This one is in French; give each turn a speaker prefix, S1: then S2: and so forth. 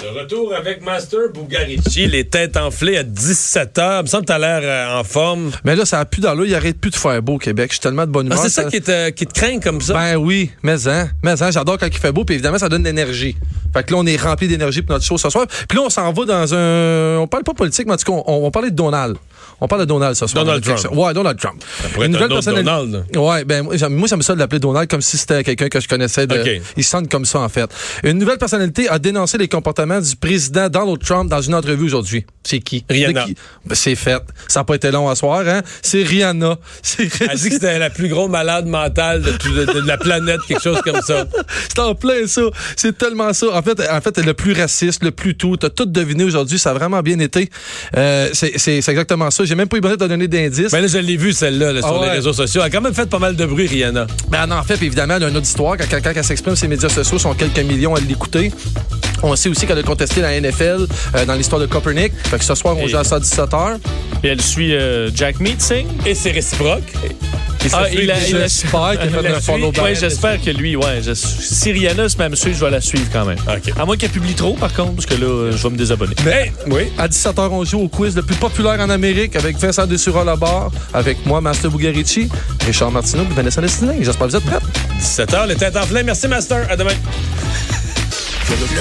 S1: De retour avec Master Bugarici, les têtes enflées à 17h. Il me semble que t'as l'air euh, en forme.
S2: Mais là, ça a plus dans l'eau. Il arrête plus de faire beau au Québec. Je suis tellement de bonne
S1: Ah,
S2: humeur.
S1: c'est ça, qui, te, qui te craint comme ça?
S2: Ben oui, mais hein, mais hein, j'adore quand il fait beau, puis évidemment, ça donne de l'énergie. Fait que là, on est rempli d'énergie pour notre show ce soir. Puis là, on s'en va dans un. On parle pas politique, mais en tout cas, on, on parlait de Donald. On parle de Donald ce soir.
S1: Donald
S2: On a quelque
S1: Trump.
S2: chose- Ouais, Donald Trump. Ça
S1: pourrait être un autre Donald.
S2: Ouais, ben moi, j'aime- moi, j'aime ça de l'appeler Donald comme si c'était quelqu'un que je connaissais. De...
S1: Ok.
S2: Il sonne comme ça, en fait. Une nouvelle personnalité a dénoncé les comportements du président Donald Trump dans une entrevue aujourd'hui. C'est qui?
S1: Rihanna.
S2: C'est qui? Ben, c'est fait. Ça n'a pas été long à soir, hein? C'est Rihanna. C'est
S1: Elle dit que c'était la plus grosse malade mentale de, tout- de- de la planète, quelque chose comme ça.
S2: C'est en plein ça. C'est tellement ça. En fait, en fait, le plus raciste, le plus tout. T'as tout deviné aujourd'hui. Ça a vraiment bien été. Euh, c'est c'est- c'est exactement ça. J'ai même pas eu besoin de te donner d'indices.
S1: Ben là, je l'ai vu, celle-là, là, sur
S2: Ah ouais.
S1: les réseaux sociaux. Elle a quand même fait pas mal de bruit, Rihanna.
S2: Ben, en fait, puis évidemment, elle a une auditoire. Quand, quand, quand elle s'exprime, ses médias sociaux sont quelques millions à l'écouter. On sait aussi qu'elle a contesté la NFL euh, dans l'histoire de Copernic. Fait que ce soir, on
S3: Et-
S2: joue à ça à 17h.
S3: Puis elle suit euh, Jack Meeting.
S1: Et c'est réciproque. Et ça
S3: Ah,
S1: fait
S3: il a-
S1: que
S3: il a-
S2: J'espère qu'elle
S1: Elle
S2: fait
S1: la
S2: un follow
S1: suit.
S2: back.
S1: Ouais,
S3: Ouais, j'espère que lui, ouais. je- si Rihanna se met à me suivre, je vais la suivre quand même.
S1: OK.
S3: À moins qu'elle publie trop, par contre, parce que là, euh, je vais me désabonner.
S1: Mais, oui.
S2: À 17h, on joue au quiz le plus populaire en Amérique avec Vincent Dessureau à la barre, avec moi, Master Bugarici, Richard Martineau et Vanessa Destiné. J'espère que vous êtes prêts.
S1: 17h, les têtes enflées. Merci, Master. À demain.
S4: Le